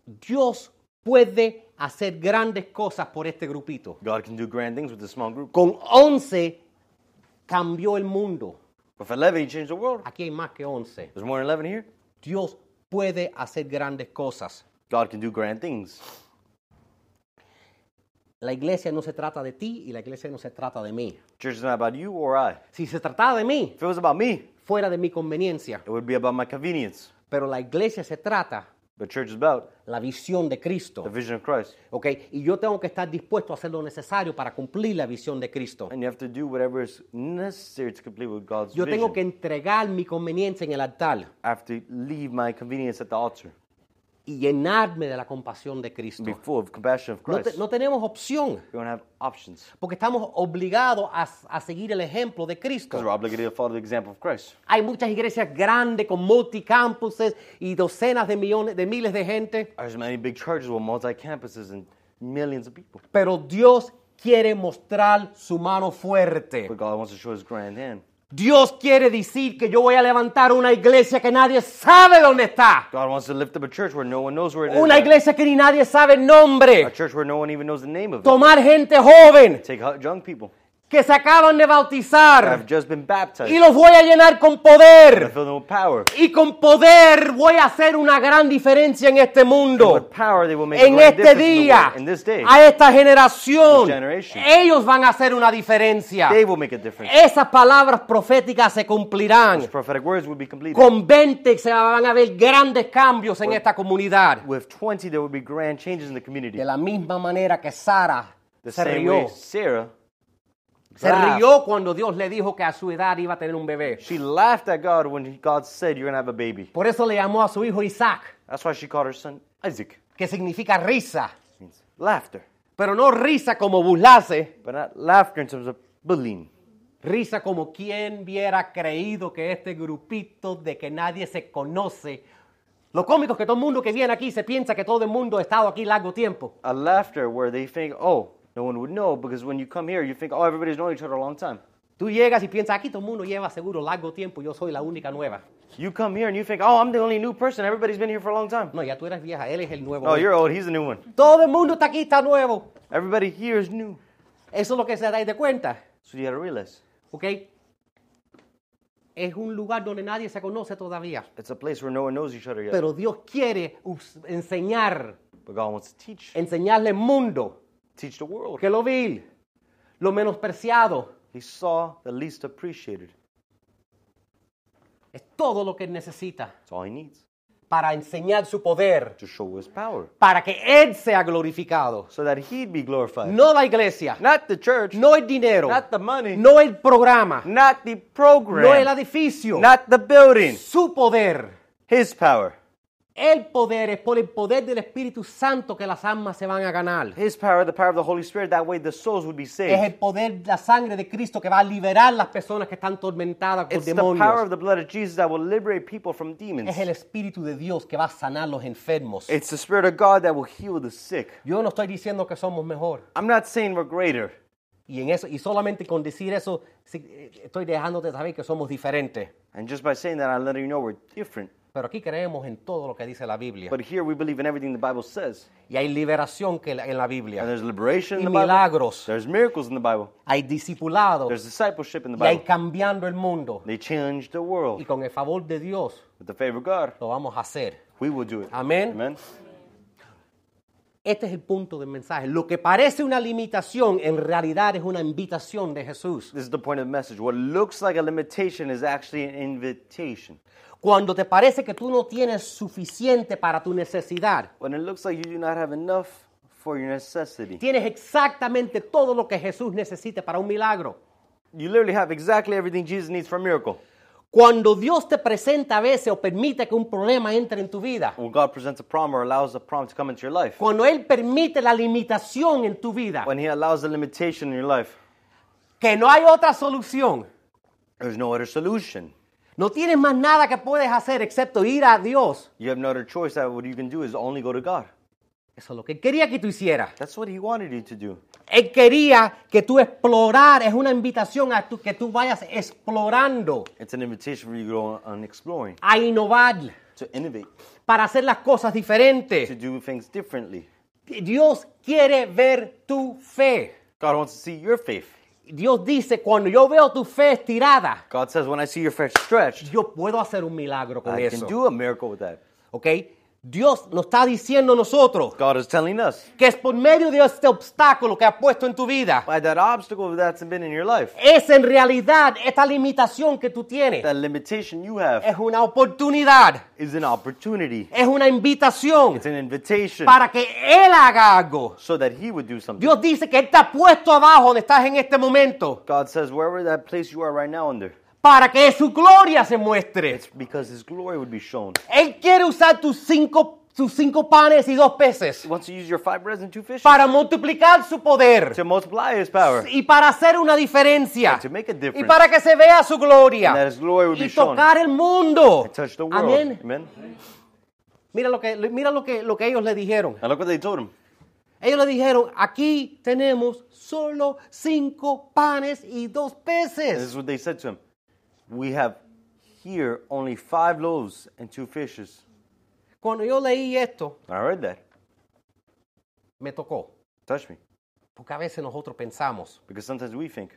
Dios puede hacer grandes cosas por este grupito. God can do grand things with this small group. Con 11 cambió el mundo. With 11, he changed the world. Aquí hay más que 11. There's more than 11 here. Dios puede hacer grandes cosas. God can do grand things. La iglesia no se trata de ti y la iglesia no se trata de mí. Church is not about you or I. Si se trataba de mí, If it was about me, fuera de mi conveniencia. it would be about my convenience. Pero la iglesia se trata But church is about la visión de Cristo. the vision of Christ. ¿ok? Y yo tengo que estar dispuesto a hacer lo necesario para cumplir la visión de Cristo. And you have to do whatever is necessary to complete with God's Yo tengo vision. que entregar mi conveniencia en el altar I have to leave my convenience at the altar. y llenarme de la compasión de Cristo. Be full of compassion of No, Christ. te- no tenemos opción, We don't have options. porque estamos obligados a, a seguir el ejemplo de Because we're Cristo. obligated to follow the example of Christ. Hay muchas iglesias grandes con multicampuses y docenas de millones, de miles de gente, There's many big churches with multi-campuses and millions of people. pero Dios quiere mostrar su mano fuerte. But God wants to show his grand hand. Dios quiere decir que yo voy a levantar una iglesia que nadie sabe dónde está. God wants to lift up a church where no one knows where it is. Una iglesia que ni nadie sabe el A nombre. church where no one even knows the name of it. Tomar gente joven Take hu- young people que se acaban de that bautizar have just been baptized y los voy a llenar con and poder. fill them with power. Y con poder voy a hacer una gran diferencia en este And mundo. With power they will make a En great este difference in, the día, world. in this day. a esta generación, This generation. ellos van a hacer una diferencia. They will make a difference. Esas palabras proféticas se cumplirán. Those prophetic words will be completed. Con 20 se van a ver grandes cambios en esta comunidad. With 20 there will be grand changes in the community. De la misma manera que Sara The se same rió. way Sarah, Se laughed. rió cuando Dios le dijo que a su edad iba a tener un bebé. She laughed at God when he- God said you're going to have a baby. Por eso le llamó a su hijo Isaac, That's why she called her son Isaac. que significa risa. It means laughter. Pero no risa como burlarse, But not laughter in terms of bullying. risa como quien hubiera creído que este grupito de que nadie se conoce. Lo cómico es que todo el mundo que viene aquí se piensa que todo el mundo ha estado aquí largo tiempo. A laughter where they think, oh, no one would know because when you come here, you think, oh, everybody's known each other a long time. Tú llegas y piensas, aquí todo el mundo lleva seguro largo tiempo, yo soy la única nueva. You come here and you think, oh, I'm the only new person. Everybody's been here for a long time. No, ya tú eres vieja, él es el nuevo. No, you're old. He's the new one. Todo el mundo está aquí, está nuevo. Everybody here is new. Eso es lo que se da de cuenta, So you gotta realize ¿ok? Es un lugar donde nadie se conoce todavía. it's a place where no one knows each other yet. Pero Dios quiere us- enseñar, But God wants to teach, enseñarle al mundo teach the world. que lo vil, lo menospreciado, He saw the least appreciated. es todo lo que él necesita That's all he needs para enseñar su poder, to show his power, para que él sea glorificado. so that he'd be glorified. No la iglesia, Not the church. no el dinero, Not the money. no el programa, Not no the el program. edificio, Not the building. su poder His power. El poder es por el poder del Espíritu Santo que las almas se van a ganar. His power, the power of the Holy Spirit, that way the souls would be Es saved. el poder de la sangre de Cristo que va a liberar las personas que están tormentadas por It's the power of demonios. the blood of Jesus that will liberate people from demons. Es el Espíritu de Dios que va a sanar los enfermos. It's the Spirit of God that will heal the sick. Yo no estoy diciendo que somos mejor. I'm not saying we're greater. Y, en eso, y solamente con decir eso sí, eh, estoy dejándote saber que somos diferentes. And just by saying that, I'm letting you know we're different. Pero aquí creemos en todo lo que dice la Biblia. But here we believe in everything the Bible says. Y hay liberación que la- en la And Biblia. there's liberation in Y the Bible. milagros. There's miracles in the Bible. Hay discipulado. There's discipleship in the Y hay Bible. cambiando el mundo. They change the Y world. con el favor de Dios With the favor of God, lo vamos a hacer. we will do it. Amén. Amen. Este es el punto del mensaje. Lo que parece una limitación en realidad es una invitación de Jesús. This is the point of the message. What looks like a limitation is actually an invitation. Cuando te parece que tú no tienes suficiente para tu necesidad, When it looks like you do not have enough for your necessity, tienes exactamente todo lo que Jesús necesita para un milagro. you literally have exactly everything Jesus needs for a miracle. Cuando Dios te presenta a veces o permite que un problema entre en tu vida, When God presents a problem or allows a problem to come into your life, cuando Él permite la limitación en tu vida, when He allows a limitation in your life, que no hay otra solución, there's no other solution. no tienes más nada que puedes hacer excepto ir a Dios. You have no other choice that what you can do is only go to God. Eso es lo que Él quería que tú hicieras. That's what He wanted you to do. Él quería que tú explorar, es una invitación a tu- que tú vayas explorando, It's an invitation for you to go on exploring, a innovar, to innovate, para hacer las cosas to diferentes. do things differently. Dios quiere ver tu fe. God wants to see your faith. Dios dice, cuando yo veo tu fe estirada, God says, when I see your faith stretched, yo puedo hacer un milagro con I can eso. do a miracle with that. ¿Ok? Dios nos está diciendo a nosotros God is telling us que es por medio de este obstáculo que ha puesto en tu vida. by that obstacle that's been in your life, Es en realidad esta limitación que tú tienes. that limitation you have Es una oportunidad, is an opportunity. es una invitación. It's an invitation para que Él haga algo. so that He would do something. Dios dice que Él te ha puesto abajo donde estás en este momento God says, wherever that place you are right now under, para que su gloria se muestre. it's because His glory would be shown. Él quiere usar tus cinco, sus cinco panes y dos peces He wants to use your five breads and two fishes para multiplicar su poder to multiply His power. y para hacer una diferencia to make a difference. y para que se vea su And gloria that His glory would be y shown. tocar el mundo. and touch the world. Amén. Amen. Mira lo que, mira lo que, lo que ellos le dijeron. Now look what they told him. Ellos le dijeron, aquí tenemos solo cinco panes y dos This peces. is what they said to him. We have here only five loaves and two fishes. Cuando yo leí esto, I heard that. me tocó. Touch me. Porque a veces nosotros pensamos, Because sometimes we think.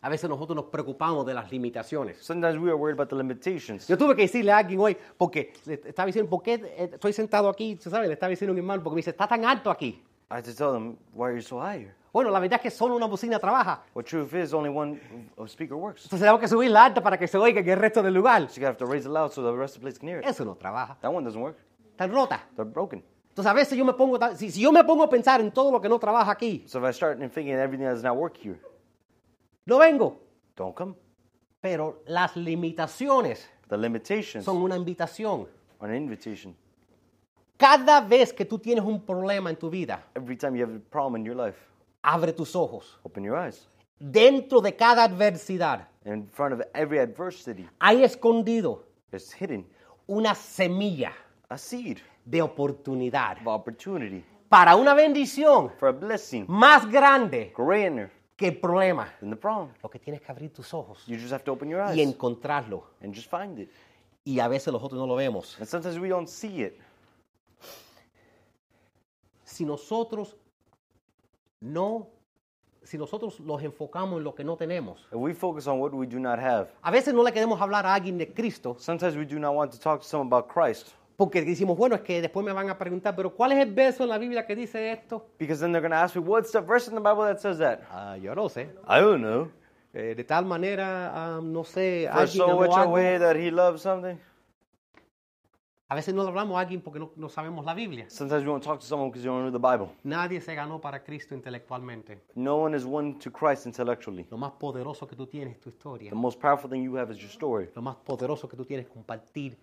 a veces nosotros nos preocupamos de las limitaciones. Sometimes we are worried about the limitations. Yo tuve que decirle a alguien hoy, porque le estaba diciendo, ¿por qué eh, estoy sentado aquí? ¿Tú sabes? Le estaba diciendo a mi hermano, porque me dice, está tan alto aquí. I had to tell them, why are you so high here? Bueno, la verdad es que solo una bocina trabaja. Well, truth is, only one uh, speaker works. So Entonces tenemos que subir la alta para que se oiga en el resto del lugar. you have to raise it loud so the rest of the place can hear it. Eso no trabaja. That one doesn't work. Está rota. They're broken. Entonces a veces yo me pongo, tan- si, si yo me pongo a pensar en todo lo que no trabaja aquí, So if I start thinking everything that does not work here, no vengo. don't come. Pero las limitaciones The limitations son una invitación. are an invitation. Cada vez que tú tienes un problema en tu vida, Every time you have a problem in your life, abre tus ojos. open your eyes. dentro de cada adversidad In front of every adversity, hay escondido It's hidden una semilla a seed de oportunidad of opportunity para una bendición for a blessing más grande greater que el problema. than the problem. Lo que tienes que abrir tus ojos You just have to open your eyes y encontrarlo. and just find it. Y a veces nosotros no lo vemos. And sometimes we don't see it. Si nosotros no, si nosotros los enfocamos en lo que no tenemos, If we focus on what we do not have, a veces no le queremos hablar a alguien de Cristo sometimes we do not want to talk to someone about Christ porque decimos, bueno, es que después me van a preguntar, pero ¿cuál es el verso en la Biblia que dice esto? because then they're going to ask me, what's the verse in the Bible that says that? Ah, yo no sé. I don't know. Eh, de tal manera, ah, no sé, For alguien so amó which a algo. way that he loves something. A veces no le hablamos a alguien porque no, no sabemos la Biblia. Sometimes we won't talk to someone because you don't know the Bible. Nadie se ganó para Cristo intelectualmente. No one is one to Christ intellectually. Lo más poderoso que tú tienes es tu historia. The most powerful thing you have is your story. Lo más poderoso que tú tienes es compartir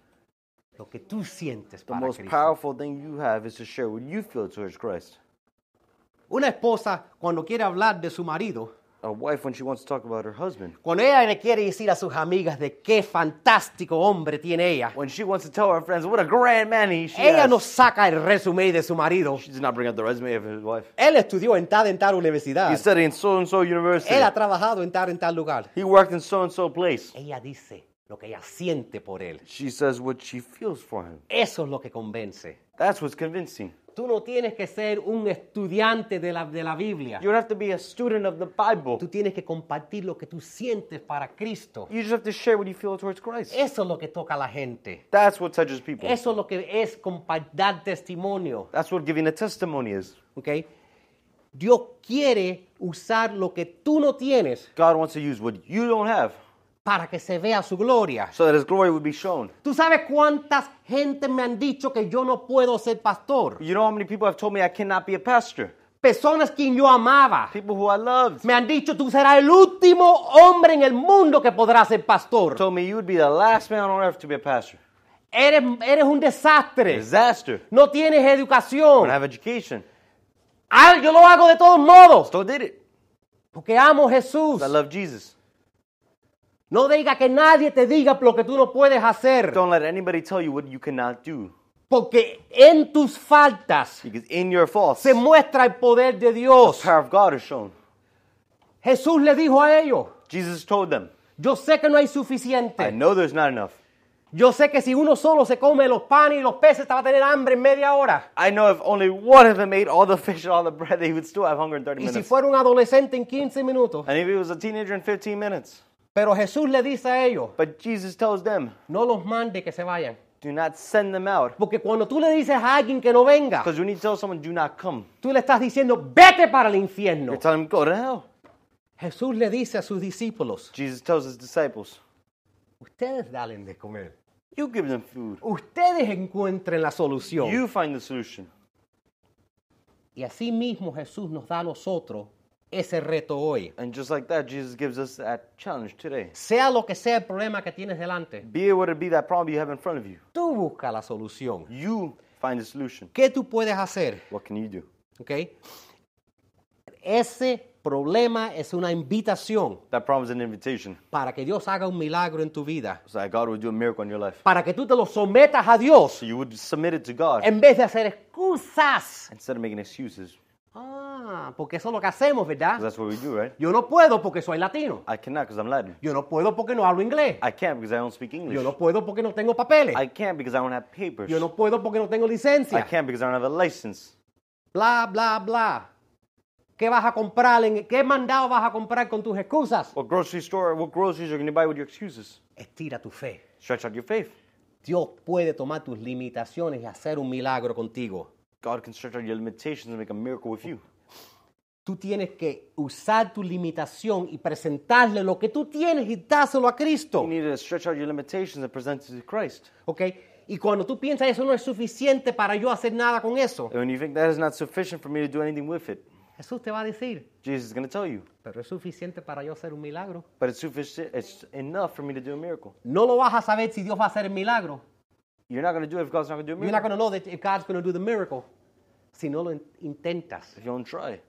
Lo que tú sientes The para most Cristo. powerful thing you have is to share what you feel towards Christ. Una esposa cuando quiere hablar de su marido, A wife, when she wants to talk about her husband, cuando ella le quiere decir a sus amigas de qué fantástico hombre tiene ella, when she wants to tell her friends what a grand man he she ella has, no saca el resumen de su marido. she does not bring up the resume of his wife. Él estudió en tal en tal He's universidad. studying so and so university. Él ha trabajado en tal en tal lugar. He worked in so and so place. Ella dice lo que ella siente por él. She says what she feels for him. Eso es lo que convence. That's what's convincing. Tú no tienes que ser un estudiante de la, de la Biblia. You don't have to be a student of the Bible. Tú tienes que compartir lo que tú sientes para Cristo. You just have to share what you feel towards Christ. Eso es lo que toca a la gente. That's what touches people. Eso es lo que es compa- dar testimonio. That's what giving a testimony is. ¿ok? Dios quiere usar lo que tú no tienes God wants to use what you don't have para que se vea su gloria. so that his glory would be shown. Tú sabes cuántas gente me han dicho que yo no puedo ser pastor. You know how many people have told me I cannot be a pastor? Personas quien yo amaba. People who I loved Me han dicho, tú serás el último hombre en el mundo que podrá ser pastor. told me you would be the last man on earth to be a pastor. Eres, eres un desastre. Disaster. No tienes Don't educación. have education. Ah, yo lo hago de todos modos. Still did it. Porque amo a Jesús. 'Cause I love Jesus. No diga que nadie te diga lo que tú no puedes hacer. Don't let anybody tell you what you cannot do. Porque en tus faltas Because in your faults, se the muestra el poder de Dios. power of God is shown. Jesús le dijo a ellos, Jesus told them, yo sé que no hay I suficiente. know there's not enough. Yo sé que si uno solo se come los panes y los peces, te va a tener hambre en media hora. I know if only one of them ate all the fish and all the bread, they would still have hunger in 30 Y si minutes. fuera un adolescente en 15 minutos. And if it was a teenager in 15 minutes. Pero Jesús le dice a ellos, But Jesus tells them, no los mande que se vayan. do not send them out. Porque cuando tú le dices a alguien que no venga, Because when you tell someone, do not come, tú le estás diciendo, vete para el infierno. you're telling them, go to hell. Jesús le dice a sus discípulos, Jesus tells his disciples, ustedes dalen de comer. you give them food. Ustedes encuentren la solución. You find the solution. Y así mismo Jesús nos da a nosotros ese reto hoy. And just like that, Jesus gives us that challenge today. Sea lo que sea el problema que tienes delante, Be it what it be, that problem you have in front of you. tú busca la solución. You find the solution. ¿Qué tú puedes hacer? What can you do? ¿Ok? Ese problema es una invitación That problem is an invitation para que Dios haga un milagro en tu vida, so that God would do a miracle in your life. para que tú te lo sometas a Dios So you would submit it to God en vez de hacer excusas. instead of making excuses. Ah, porque eso es lo que hacemos, 'Cause ¿verdad? that's what we do, right? Yo no puedo porque soy latino. I cannot because I'm Latin. Yo no puedo porque no hablo inglés. I can't because I don't speak English. Yo no puedo porque no tengo papeles. I can't because I don't have papers. Yo no puedo porque no tengo I licencia. can't because I don't have a license. Bla, bla, bla. ¿Qué vas a comprar? En, ¿Qué mandado vas a comprar con tus excusas? What grocery store, what groceries are going to buy with your excuses? Estira tu fe. Stretch out your faith. Dios puede tomar tus limitaciones y hacer un milagro contigo. God can stretch out your limitations and make a miracle with you. Tú tienes que usar tu limitación y presentarle lo que tú tienes y dáselo a Cristo. You need to stretch out your limitations and present it to Christ. ¿Ok? Y cuando tú piensas, eso no es suficiente para yo hacer nada con eso, And when you think that is not sufficient for me to do anything with it, Jesús te va a decir, Jesus is going to tell you. pero es suficiente para yo hacer un milagro. But it's sufficient. It's enough for me to do a miracle. No lo vas a saber si Dios va a hacer el milagro. You're not going to do it if God's not going to do a You're miracle. not going to know that if God's going to do the miracle si no lo in- intentas. If you don't try.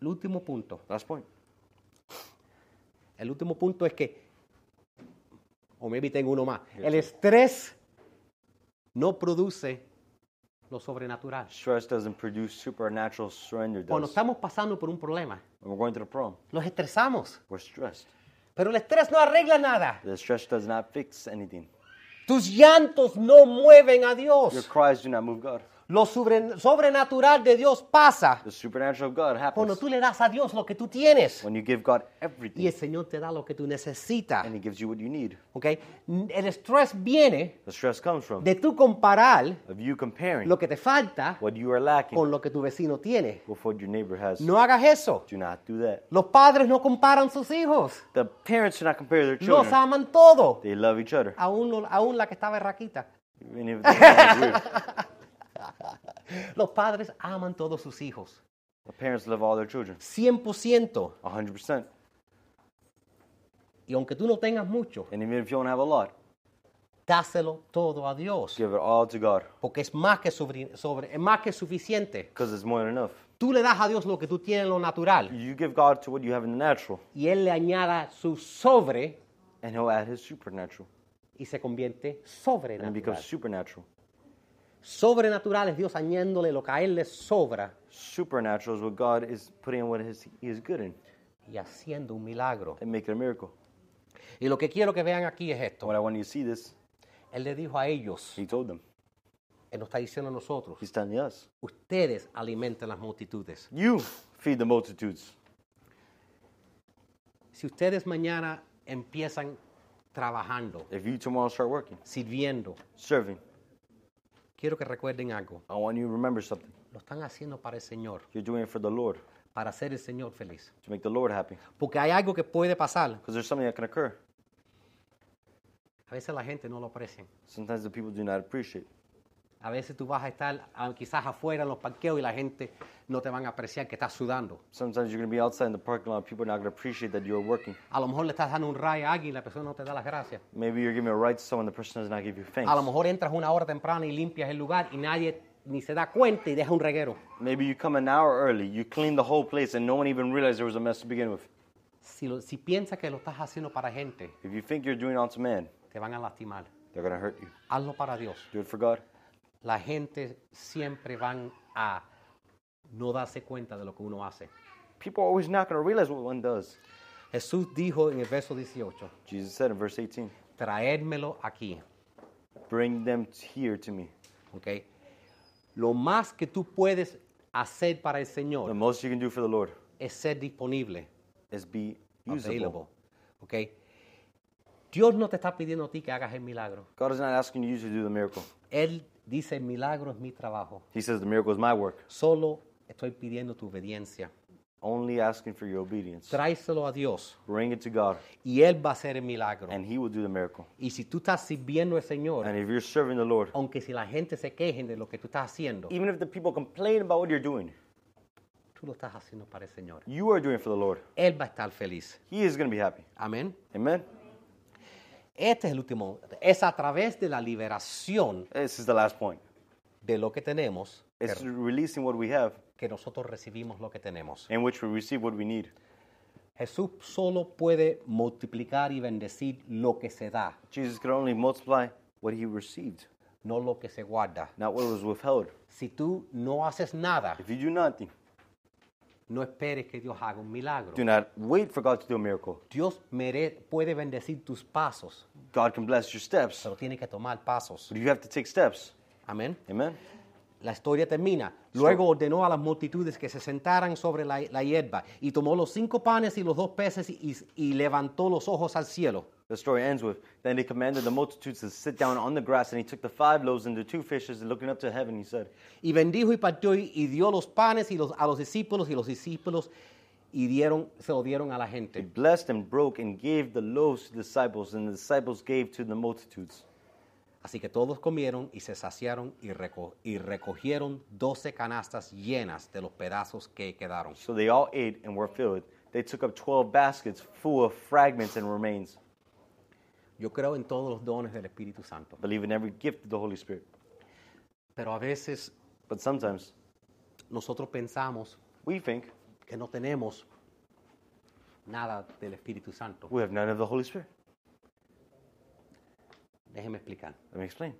El último punto. Last point. El último punto es que, o maybe tengo uno más. El estrés no produce lo sobrenatural. Stress doesn't produce supernatural surrender. Cuando Does. estamos pasando por un problema, When we're going to the prom, los estresamos. we're stressed. Pero el estrés no arregla nada. The stress does not fix anything. Tus llantos no mueven a Your Dios. cries do not move God. Lo sobre- sobrenatural de Dios pasa The supernatural of God cuando happens tú le das a Dios lo que tú tienes. when you give God Y everything el Señor te da lo que tú necesitas. and He gives you what you need. ¿ok? El estrés viene The stress comes from de tú comparar of you comparing lo que te falta what you are lacking con lo que tu vecino tiene. with what your neighbor has. No hagas eso. Do not do that. Los padres no comparan sus hijos. The parents do not compare their Los children. aman todo. They love each other. Aún, no- aún la que estaba raquita. Even if it's weird. Los padres aman todos sus hijos. The parents love all their children. 100%. 100%. Y aunque tú no tengas mucho, And even if you don't have a lot, dáselo todo a Dios. give it all to God Porque es más que, sobre, sobre- es más que suficiente. because it's more than enough. Tú le das a Dios lo que tú tienes en lo natural. You give God to what you have in the natural, Y Él le añada su sobre and He'll add His supernatural, y se convierte and it sobrenatural. becomes supernatural. Sobrenatural es Dios añadiéndole lo que a Él le sobra Supernatural is what God is putting in what his, He is good in y haciendo un milagro. and making a miracle. Y lo que quiero que vean aquí es esto. What I want you to see this, Él le dijo a ellos, He told them. Él nos está diciendo a nosotros, He's telling us, ustedes alimentan las multitudes. You feed the multitudes. Si ustedes mañana empiezan trabajando, If you tomorrow start working, sirviendo, serving, quiero que recuerden algo. I want you to remember something. Lo están haciendo para el Señor, You're doing it for the Lord, para hacer el Señor feliz. to make the Lord happy. Porque hay algo que puede pasar. Because there's something that can occur. A veces la gente no lo aprecia. Sometimes the people do not appreciate. A veces tú vas a estar ah, quizás afuera en los parqueos y la gente no te van a apreciar que estás sudando. Sometimes you're going to be outside in the parking lot, people are not going to appreciate that you're working. A lo mejor le estás dando un ray a alguien y la persona no te da las gracias. Maybe you're giving a ride to someone, the person does not give you thanks. A lo mejor entras una hora temprana y limpias el lugar y nadie ni se da cuenta y deja un reguero. Maybe you come an hour early, you clean the whole place, and no one even realized there was a mess to begin with. Si, lo- si piensas que lo estás haciendo para gente, If you think you're doing it onto man, te van a lastimar. they're going to hurt you. Hazlo para Dios. Do it for God. La gente siempre van a no darse cuenta de lo que uno hace. People are always not going to realize what one does. Jesús dijo en el verso 18, Jesus said in verse 18, traédmelo aquí. Bring them here to me. ¿ok? Lo más que tú puedes hacer para el The Señor most you can do for the Lord es ser disponible, is be available, usable. ¿ok? Dios no te está pidiendo a ti que hagas el milagro. God is not asking you to do the miracle. Él dice, el milagro es mi trabajo. He says, The miracle is my work. Solo estoy pidiendo tu obediencia. Only asking for your obedience. Tráeselo a Dios Bring it to God, y Él va a hacer el milagro. and He will do the miracle. Y si tú estás sirviendo al Señor, And if you're serving the Lord, aunque si la gente se quejen de lo que tú estás haciendo, even if the people complain about what you're doing, tú lo estás haciendo para el Señor. you are doing it for the Lord. Él va a estar feliz. He is going to be happy. Amén. Amen? Este es el último. Es a través de la liberación This is the last point. de lo que tenemos que, It's releasing what we have, que nosotros recibimos lo que tenemos. in which we receive what we need. Jesús solo puede multiplicar y bendecir lo que se da, Jesus could only multiply what He received, no lo que se guarda. not what was withheld. Si tú no haces nada, If you do nothing, no esperes que Dios haga un do milagro. not wait for God to do a miracle. Dios mere- puede bendecir tus pasos, God can bless your steps, pero tiene que tomar pasos. but you have to take steps. Amén. Amen? La historia termina. Luego ordenó a las multitudes que se sentaran sobre la, la hierba y tomó los cinco panes y los dos peces y, y levantó los ojos al cielo. The story ends with Then he commanded the multitudes to sit down on the grass, and he took the five loaves and the two fishes, and looking up to heaven, he said, Y bendijo y partió y, y dio los panes y los, a los discípulos y los discípulos y dieron, se lo dieron a la He gente. blessed and broke and gave the loaves to the disciples, and the disciples gave to the multitudes. Así que todos comieron y se saciaron y, reco- y recogieron doce canastas llenas de los pedazos que quedaron. So they all ate and were filled. They took up 12 baskets full of fragments and remains. Yo creo en todos los dones del Espíritu Santo. Believe in every gift of the Holy Spirit. Pero a veces But sometimes nosotros pensamos we think que no tenemos nada del Espíritu Santo. we have none of the Holy Spirit. Déjeme explicar. Let me explain.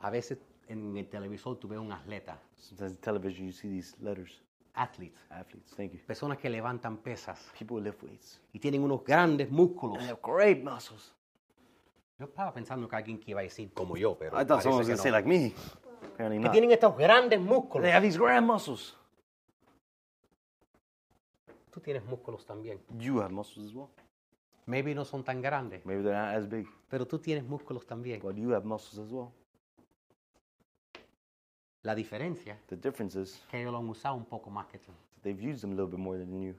A veces en el televisor tú ves un atleta, Sometimes on television you see these letters athletes, athletes, thank you. personas que levantan pesas People who lift weights. y tienen unos grandes músculos. And they have great muscles. Yo estaba pensando que alguien que iba a decir como yo, pero I thought someone was parece going que to no. say like me. Apparently que not. tienen estos grandes They músculos. have these grand muscles. Tú tienes músculos también. You have muscles as well. Maybe no son tan grandes, Maybe they're not as big, pero tú tienes músculos también. but you have muscles as well. La diferencia The difference is es que ellos lo han usado un poco más que tú. that they've used them a little bit more than you.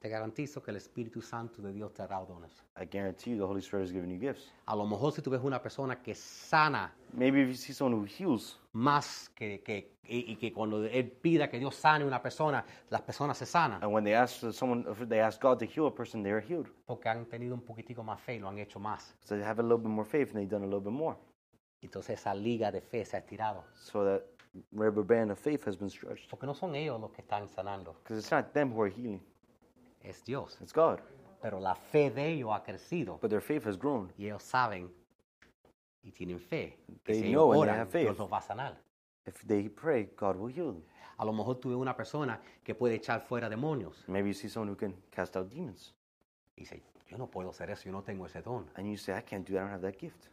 Te garantizo que el Espíritu Santo de Dios te hará dones. I guarantee you the Holy Spirit is giving you gifts. A lo mejor si tú ves una persona que sana Maybe if you see someone who heals, más que, que- y, y que cuando él pida que Dios sane a una persona, las personas se sanan and when they ask someone, if they ask God to heal a person, they are healed. porque han tenido un poquitico más fe y lo han hecho más. So they have a little bit more faith and they've done a little bit more. Entonces esa liga de fe se ha estirado. So that rubber band of faith has been stretched. Porque no son ellos los que están sanando, Because it's not them who are healing, es Dios. it's God. Pero la fe de ellos ha crecido But their faith has grown. y ellos saben y tienen fe. Que They si know ellos and they oran, have faith. Dios los va a sanar. If they pray, God will heal them. A lo mejor tú ves una persona que puede echar fuera demonios Maybe you see someone who can cast out demons. y dice, yo no puedo hacer eso, yo no tengo ese don. And you say, I can't do that, I don't have that gift.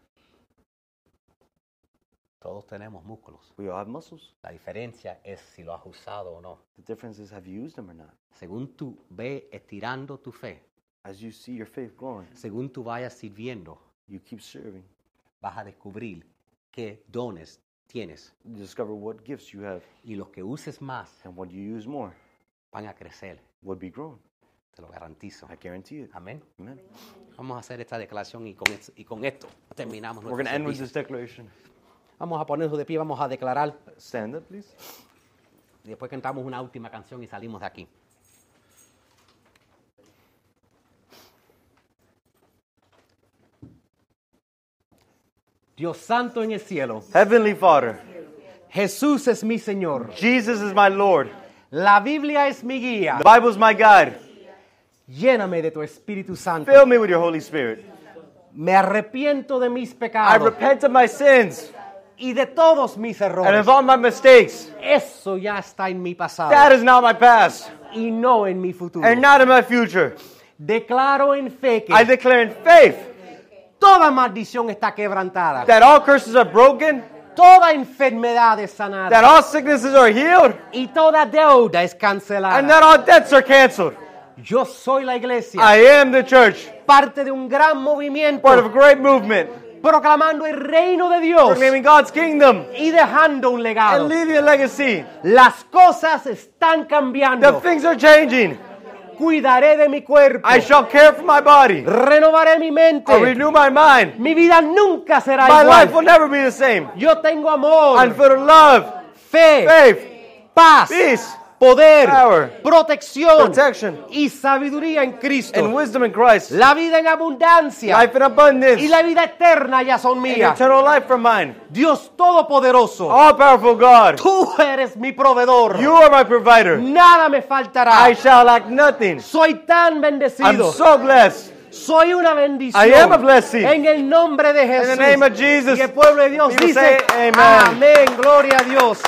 Todos tenemos músculos. We all have muscles. La diferencia es si lo has usado o no. The difference is have you used them or not? Según tú ve estirando tu fe, As you see your faith growing, según tú vayas sirviendo, you keep serving. vas a descubrir qué dones tienes. You discover what gifts you have Y los que uses más and what you use more van a crecer, would be grown. te lo garantizo. I guarantee it. Amén. Amen. Vamos a hacer esta declaración y con, es- y con esto terminamos We're going to nuestro end with servicio. this declaration. Vamos a ponernos de pie, vamos a declarar. Stand up, please. y Después cantamos una última canción y salimos de aquí. Dios Santo en el cielo, Heavenly Father, Jesús es mi Señor. Jesus is my Lord. La Biblia es mi guía. The Bible is my guide. Lléname de tu Espíritu Santo. Fill me with your Holy Spirit. Me arrepiento de mis I pecados repent of my sins y de todos mis and errores. of all my mistakes. Eso ya está en mi That pasado is not my past y no en mi futuro. and not in my future. Declaro en fe I que declare in faith toda maldición está quebrantada, that all curses are broken, toda enfermedad es that sanada all sicknesses are healed, y toda deuda es and that cancelada. all debts are canceled. Yo soy la iglesia, I am the church, parte de un gran part of a movimiento great movement, proclamando el reino de Dios proclaiming God's kingdom y dejando un and legado. leaving a legacy. Las cosas están The cambiando. things are changing. Cuidaré de mi cuerpo. I shall care for my body. Renovaré mi I mente. renew my mind. Mi vida nunca será My life will igual. never be the same. Yo tengo amor, I'm full of love, fe, faith, paz, peace, poder, power, protección protection, y sabiduría en Cristo. and wisdom in Christ. la vida en abundancia Life in abundance. y la vida eterna ya son and mías. eternal life from mine. Dios Todopoderoso, All powerful God, tú eres mi proveedor. Oh. you are my provider. Nada me faltará. I shall lack nothing. Soy tan I'm bendecido. so blessed. Soy una bendición. I am a blessing. En el nombre de Jesús. In the name of Jesus. Y el pueblo de Dios People dice, say, "Amen." amén, gloria a Dios.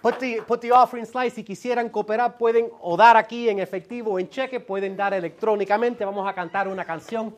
Put the, put the offering slice. Si quisieran cooperar, pueden o dar aquí en efectivo o en cheque, pueden dar electrónicamente. Vamos a cantar una canción.